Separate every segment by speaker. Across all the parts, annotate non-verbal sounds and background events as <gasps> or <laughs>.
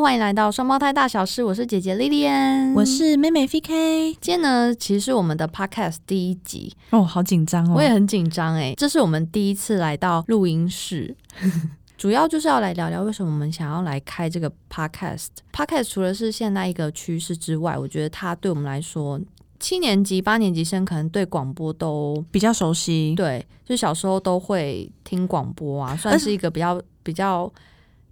Speaker 1: 欢迎来到双胞胎大小事，我是姐姐莉莉安，
Speaker 2: 我是妹妹 VK。
Speaker 1: 今天呢，其实是我们的 podcast 第一集，
Speaker 2: 哦，好紧张哦！
Speaker 1: 我也很紧张哎，这是我们第一次来到录音
Speaker 2: <laughs>
Speaker 1: 室。主要就是要来聊聊为什么我们想要来开这个 podcast。podcast 除了是现在一个趋势之外，我觉得它对我们来说，七年级、八年级生可能对广播都
Speaker 2: 比较熟悉，
Speaker 1: 对，就小时候都会听广播啊，算是一个比较比较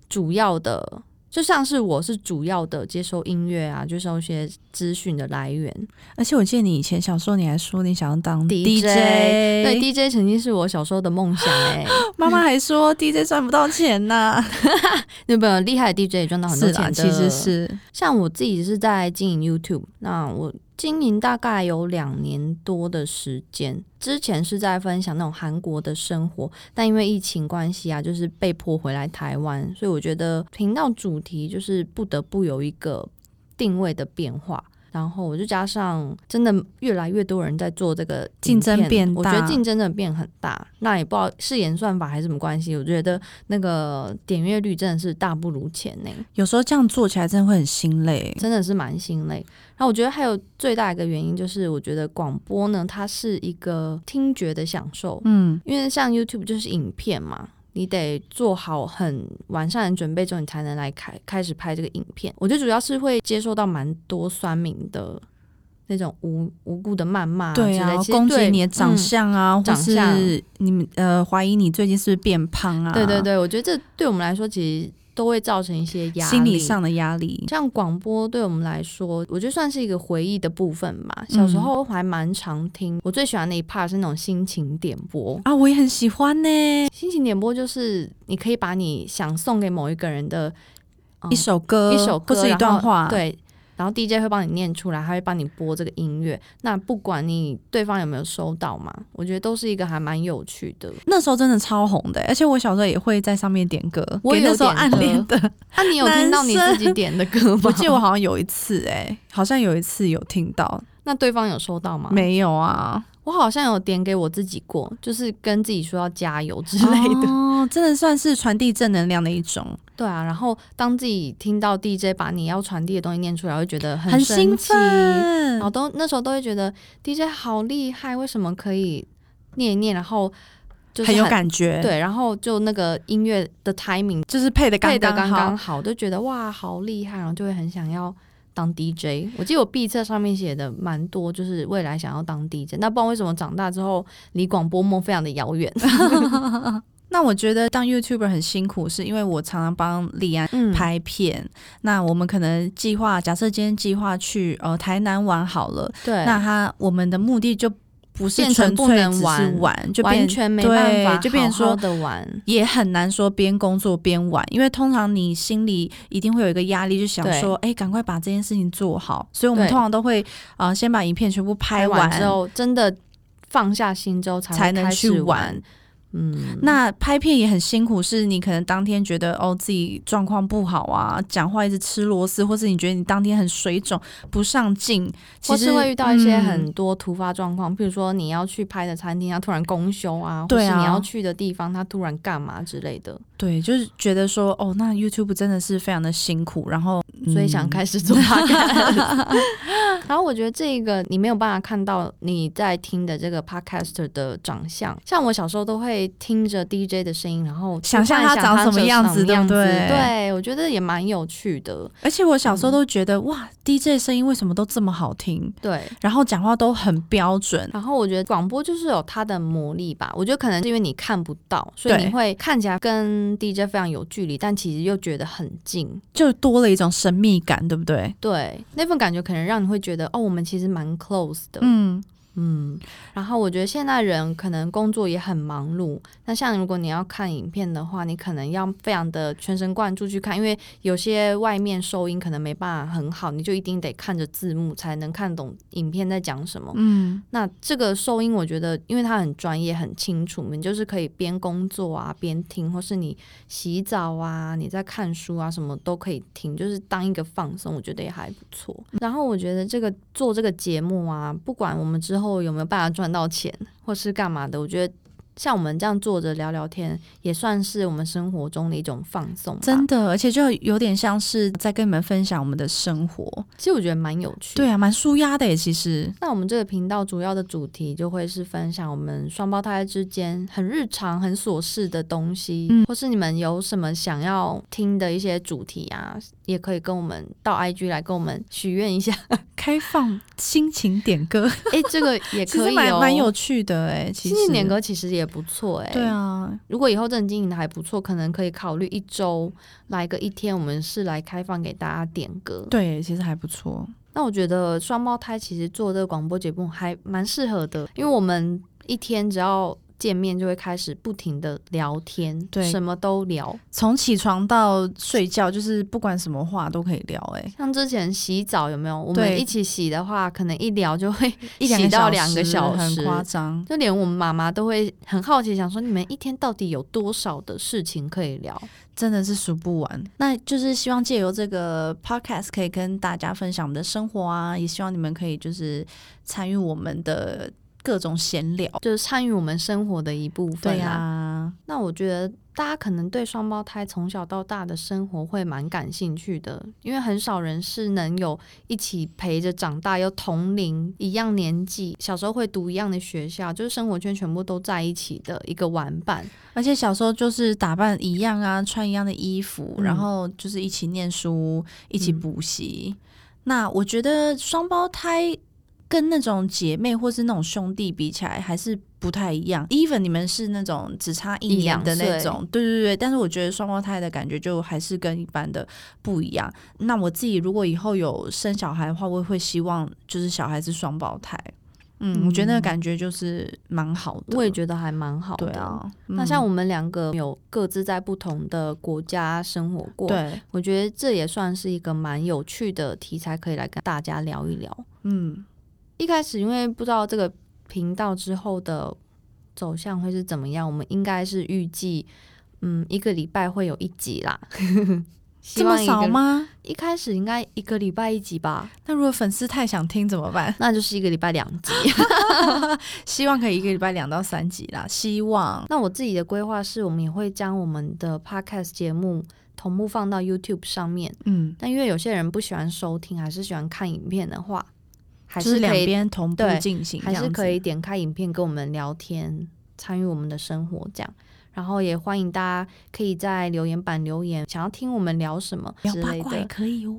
Speaker 1: 主要的，就像是我是主要的接收音乐啊，接收一些资讯的来源。
Speaker 2: 而且我记得你以前小时候你还说你想要当
Speaker 1: DJ，,
Speaker 2: DJ，
Speaker 1: 对，DJ 曾经是我小时候的梦想 <gasps> 哎、
Speaker 2: 妈妈还说 DJ 赚不到钱呐、
Speaker 1: 日本厉害的 DJ 也赚到很多
Speaker 2: 是
Speaker 1: 钱
Speaker 2: 啦，
Speaker 1: 的，
Speaker 2: 其实是
Speaker 1: 像我自己是在经营 YouTube，那我经营大概有两年多的时间。之前是在分享那种韩国的生活，但因为疫情关系啊，就是被迫回来台湾，所以我觉得频道主题就是不得不有一个定位的变化。然后我就加上，真的越来越多人在做这个
Speaker 2: 竞争
Speaker 1: 影片
Speaker 2: 变大
Speaker 1: 我觉得竞争真的变很大。那也不知道是演算法还是什么关系，我觉得那个点阅率真的是大不如前呢、
Speaker 2: 有时候这样做起来真的会很心累。
Speaker 1: 真的是蛮心累。然后我觉得还有最大一个原因就是，我觉得广播呢，它是一个听觉的享受，
Speaker 2: 嗯，
Speaker 1: 因为像 YouTube 就是影片嘛。你得做好很完善的准备之后，你才能来开开始拍这个影片。我觉得主要是会接受到蛮多酸民的那种无无故的谩骂、
Speaker 2: 对
Speaker 1: 啊
Speaker 2: 啊
Speaker 1: 之类，，其实
Speaker 2: 攻
Speaker 1: 对嗯
Speaker 2: 击你的长、相啊，或
Speaker 1: 长相
Speaker 2: 是你们呃怀疑你最近是不是变胖啊？
Speaker 1: 嗯对对对，我觉得这对我们来说其实都会造成一些压力，
Speaker 2: 心理上的压力。
Speaker 1: 像广播对我们来说，我觉得算是一个回忆的部分吧。小
Speaker 2: 嗯
Speaker 1: 时候还蛮常听，我最喜欢的一 part 是那种心情点播。
Speaker 2: 啊，我也很喜
Speaker 1: 嗯
Speaker 2: 欢呢、
Speaker 1: 心情点播就是你可以把你想送给某一个人的、嗯
Speaker 2: 一首歌，
Speaker 1: 一首歌
Speaker 2: 或是一
Speaker 1: 然后
Speaker 2: 段话，，
Speaker 1: 对，然后 DJ 会帮你念出来，他会帮你播这个音乐。那不管你对方有没有收到嘛，我觉得都是一个还蛮有趣的。
Speaker 2: 那时候真的超红的、欸而且我小时候也会在上面点歌，
Speaker 1: 我
Speaker 2: 给
Speaker 1: 也有
Speaker 2: 那时候
Speaker 1: 点
Speaker 2: 暗
Speaker 1: 歌
Speaker 2: 恋的。 <laughs>
Speaker 1: 那、你有听到你自己点的歌吗？
Speaker 2: 我记得我好像有一次、哎，好像有一次有听到，
Speaker 1: 那对方有收到吗？
Speaker 2: 没有啊
Speaker 1: 我好像有点给我自己过，就是跟自己说要加油之类的。
Speaker 2: 哦，真的算是传递正能量的一种，
Speaker 1: 对啊，然后当自己听到 DJ 把你要传递的东西念出来，会觉得很
Speaker 2: 很
Speaker 1: 神
Speaker 2: 兴
Speaker 1: 奇
Speaker 2: 奋
Speaker 1: 然后。都那时候都会觉得 DJ 好厉害，为什么可以念一念，然后就是
Speaker 2: 很有感觉，，
Speaker 1: 对，然后就那个音乐的 timing
Speaker 2: 就是配的刚
Speaker 1: 配的
Speaker 2: 刚
Speaker 1: 刚
Speaker 2: 好
Speaker 1: 刚。好，就觉得哇好厉害，然后就会很想要。当 DJ，我记得我毕册上面写的蛮多，就是未来想要当 DJ。那不知道为什么长大之后离广播梦非常的遥远。
Speaker 2: 那我觉得当 YouTuber 很辛苦，是因为我常常帮李安
Speaker 1: 嗯
Speaker 2: 拍片。那我们可能计划，假设今天计划去呃台南玩好了，
Speaker 1: <laughs> 对，
Speaker 2: 那他我们的目的就不是
Speaker 1: 变成
Speaker 2: 纯
Speaker 1: 不
Speaker 2: 粹
Speaker 1: 能
Speaker 2: 只是
Speaker 1: 玩
Speaker 2: 玩，就变
Speaker 1: 完全没办法，
Speaker 2: 对就变成说
Speaker 1: 的玩。
Speaker 2: 也很难说边工作边玩，因为通常你心里一定会有一个压力，就想说，哎，赶快把这件事情做好。所以我们
Speaker 1: 对
Speaker 2: 通常都会啊、呃先把影片全部拍
Speaker 1: 完之后，真的放下心之后才
Speaker 2: 才
Speaker 1: 会
Speaker 2: 能
Speaker 1: 开
Speaker 2: 去
Speaker 1: 始
Speaker 2: 玩
Speaker 1: 玩。嗯，
Speaker 2: 那拍片也很辛苦，是你可能当天觉得哦自己状况不好啊，讲话一直吃螺丝，或是你觉得你当天很水肿不上进，
Speaker 1: 或
Speaker 2: 其
Speaker 1: 是
Speaker 2: 实
Speaker 1: 会遇到一些
Speaker 2: 嗯
Speaker 1: 很多突发状况，比如说你要去拍的餐厅，它突然公休啊，
Speaker 2: 对啊
Speaker 1: 或是你要去的地方，它突然干嘛之类的，
Speaker 2: 对，就是觉得说哦，那 YouTube 真的是非常的辛苦，然后、嗯
Speaker 1: 所以想开
Speaker 2: <laughs>
Speaker 1: 始做 podcast。然 <laughs> 后我觉得这个你没有办法看到你在听的这个 podcaster 的长相，像我小时候都会听着 DJ 的声音，然后
Speaker 2: 想象
Speaker 1: 幻
Speaker 2: 他
Speaker 1: 想
Speaker 2: 长什么
Speaker 1: 长
Speaker 2: 样
Speaker 1: 什
Speaker 2: 子对不
Speaker 1: 子
Speaker 2: 对
Speaker 1: 对，我觉得也蛮有趣的，
Speaker 2: 而且我小
Speaker 1: 嗯
Speaker 2: 时候都觉得、哇，DJ 声音为什么都这么好听，
Speaker 1: 对。
Speaker 2: 然后讲话都很标准，
Speaker 1: 然后我觉得广播就是有它的魔力吧，我觉得可能是因为你看不到，所以
Speaker 2: 对
Speaker 1: 你会看起来跟 DJ 非常有距离，但其实又觉得很近。
Speaker 2: 就多了一种神秘感，对不对？
Speaker 1: 对，那份感觉可能让你会觉得哦，我们其实蛮 close 的。
Speaker 2: 嗯，
Speaker 1: 嗯，然后我觉得现在人可能工作也很忙碌，那像如果你要看影片的话，你可能要非常的全神贯注去看，因为有些外面收音可能没办法很好，你就一定得看着字幕才能看懂影片在讲什么。嗯，那这个收音我觉得，因为它很专业、很清楚，你就是可以边工作啊边听，或是你洗澡啊，你在看书啊，什么都可以听，就是当一个放松，我觉得也还不错。然后我觉得这个做这个节目啊，不管我们之后有没有办法赚到钱或是干嘛的，我觉得像我们这样坐着聊聊天，也算是我们生活中的一种放松吧。
Speaker 2: 真的，而且就有点像是在跟你们分享我们的生活，
Speaker 1: 其实我觉得蛮有趣的。
Speaker 2: 对啊，蛮舒压的耶，其实。
Speaker 1: 那我们这个频道主要的主题就会是分享我们双胞胎之间很日常、很琐事的东西，
Speaker 2: 嗯
Speaker 1: 或是你们有什么想要听的一些主题啊，也可以跟我们到 IG 来跟我们许愿一下。 <laughs>
Speaker 2: 开放心情点歌，
Speaker 1: 诶，这个也
Speaker 2: 其
Speaker 1: 可
Speaker 2: 实
Speaker 1: 以
Speaker 2: 蛮
Speaker 1: 哦、
Speaker 2: 蛮有趣的哎，
Speaker 1: 心
Speaker 2: 其实
Speaker 1: 情点歌其实也不错诶，哎
Speaker 2: 对，啊，
Speaker 1: 如果以后真的经营的还不错，可能可以考虑一周来个一天，我们是来开放给大家点歌。
Speaker 2: 对，其实还不错。
Speaker 1: 那我觉得双胞胎其实做这个广播节目还蛮适合的，因为我们一天只要见面就会开始不停的聊天，
Speaker 2: 对
Speaker 1: 什么都聊。
Speaker 2: 从起床到睡觉，就是不管什么话都可以聊，哎，
Speaker 1: 像之前洗澡有没有？我
Speaker 2: 对
Speaker 1: 们一起洗的话，可能一聊就会 <laughs>
Speaker 2: 一两
Speaker 1: 洗到两
Speaker 2: 个
Speaker 1: 个
Speaker 2: 小
Speaker 1: 小
Speaker 2: 时
Speaker 1: 时
Speaker 2: 很。夸张。
Speaker 1: 就连我们妈妈都会很好奇，想说你们一天到底有多少的事情可以聊？
Speaker 2: 真的是数不完。那就是希望借由这个 podcast 可以跟大家分享我们的生活啊，也希望你们可以就是参与我们的各种闲聊。
Speaker 1: 就是参与我们生活的一部分
Speaker 2: 对呀、
Speaker 1: 啊。那我觉得大家可能对双胞胎从小到大的生活会蛮感兴趣的，因为很少人是能有一起陪着长大，又同龄一样年纪，小时候会读一样的学校，就是生活圈全部都在一起的一个玩伴。
Speaker 2: 而且小时候就是打扮一样啊，穿一样的衣服，
Speaker 1: 嗯
Speaker 2: 然后就是一起念书，一起
Speaker 1: 嗯
Speaker 2: 补习。那我觉得双胞胎跟那种姐妹或是那种兄弟比起来，还是不太一样。even 你们是那种只差一
Speaker 1: 一
Speaker 2: 年
Speaker 1: 两
Speaker 2: 的那
Speaker 1: 岁
Speaker 2: 种，对对对。但是我觉得双胞胎的感觉就还是跟一般的不一样。那我自己如果以后有生小孩的话，我也会希望就是小孩是双胞胎。嗯，我觉得那个
Speaker 1: 嗯
Speaker 2: 感觉就是蛮好的。
Speaker 1: 我也觉得还蛮好的。
Speaker 2: 对。啊。
Speaker 1: 那像
Speaker 2: 嗯
Speaker 1: 我们两个有各自在不同的国家生活过，
Speaker 2: 对，
Speaker 1: 我觉得这也算是一个蛮有趣的题材，可以来跟大家聊一聊。
Speaker 2: 嗯，
Speaker 1: 一开始因为不知道这个频道之后的走向会是怎么样，我们应该是预计，嗯，一个礼拜会有一集啦。 <laughs>
Speaker 2: 这
Speaker 1: 希
Speaker 2: 么
Speaker 1: 望一个
Speaker 2: 少？吗？
Speaker 1: 一开始应该一个礼拜一集吧，
Speaker 2: 那如果粉丝太想听怎么办？
Speaker 1: 那就是一个礼拜两集。
Speaker 2: <laughs> 希望可以一个礼拜两到三集啦，希望。
Speaker 1: 那我自己的规划是，我们也会将我们的 podcast 节目同步放到 YouTube 上面。
Speaker 2: 嗯，
Speaker 1: 但因为有些人不喜欢收听，还是喜欢看影片的话，还
Speaker 2: 就是
Speaker 1: 是
Speaker 2: 两
Speaker 1: 可以，
Speaker 2: 边同步
Speaker 1: 对
Speaker 2: 进行，
Speaker 1: 还是可以。点开影片跟我们聊天，参与我们的生活这样。然后也欢迎大家可以在留言板留言，想要听我们聊什么
Speaker 2: 聊
Speaker 1: 之
Speaker 2: 八
Speaker 1: 类
Speaker 2: 卦也
Speaker 1: 的。
Speaker 2: 可以哦。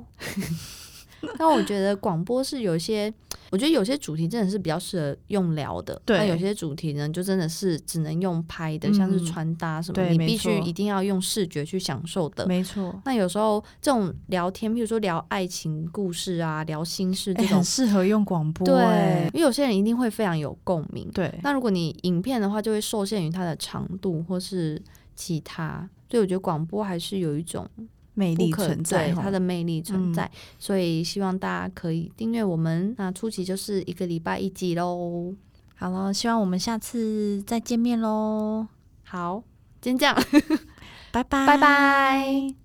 Speaker 1: 那我觉得广播是有一些，我觉得有些主题真的是比较适合用聊的，
Speaker 2: 对
Speaker 1: 那有些主题呢，就真的是只能用拍的，像是
Speaker 2: 嗯
Speaker 1: 穿搭什么，
Speaker 2: 对
Speaker 1: 你
Speaker 2: 没
Speaker 1: 必须
Speaker 2: 错
Speaker 1: 一定要用视觉去享受的。
Speaker 2: 没错，
Speaker 1: 那有时候这种聊天，譬如说聊爱情故事啊，聊心事这
Speaker 2: 哎、
Speaker 1: 种
Speaker 2: 很，适合用广播、
Speaker 1: 对
Speaker 2: 哎，
Speaker 1: 因为有些人一定会非常有共鸣。
Speaker 2: 对，
Speaker 1: 那如果你影片的话，就会受限于它的长度或是其他。所以我觉得广播还是有一种
Speaker 2: 魅
Speaker 1: 不
Speaker 2: 力
Speaker 1: 可
Speaker 2: 存在
Speaker 1: 对
Speaker 2: 吼，
Speaker 1: 它的魅力存
Speaker 2: 嗯
Speaker 1: 在。所以希望大家可以订阅我们。那初期就是一个礼拜一集喽。
Speaker 2: 好了，希望我们下次再见面喽，
Speaker 1: 好，先这样，
Speaker 2: 拜拜，
Speaker 1: 拜。拜。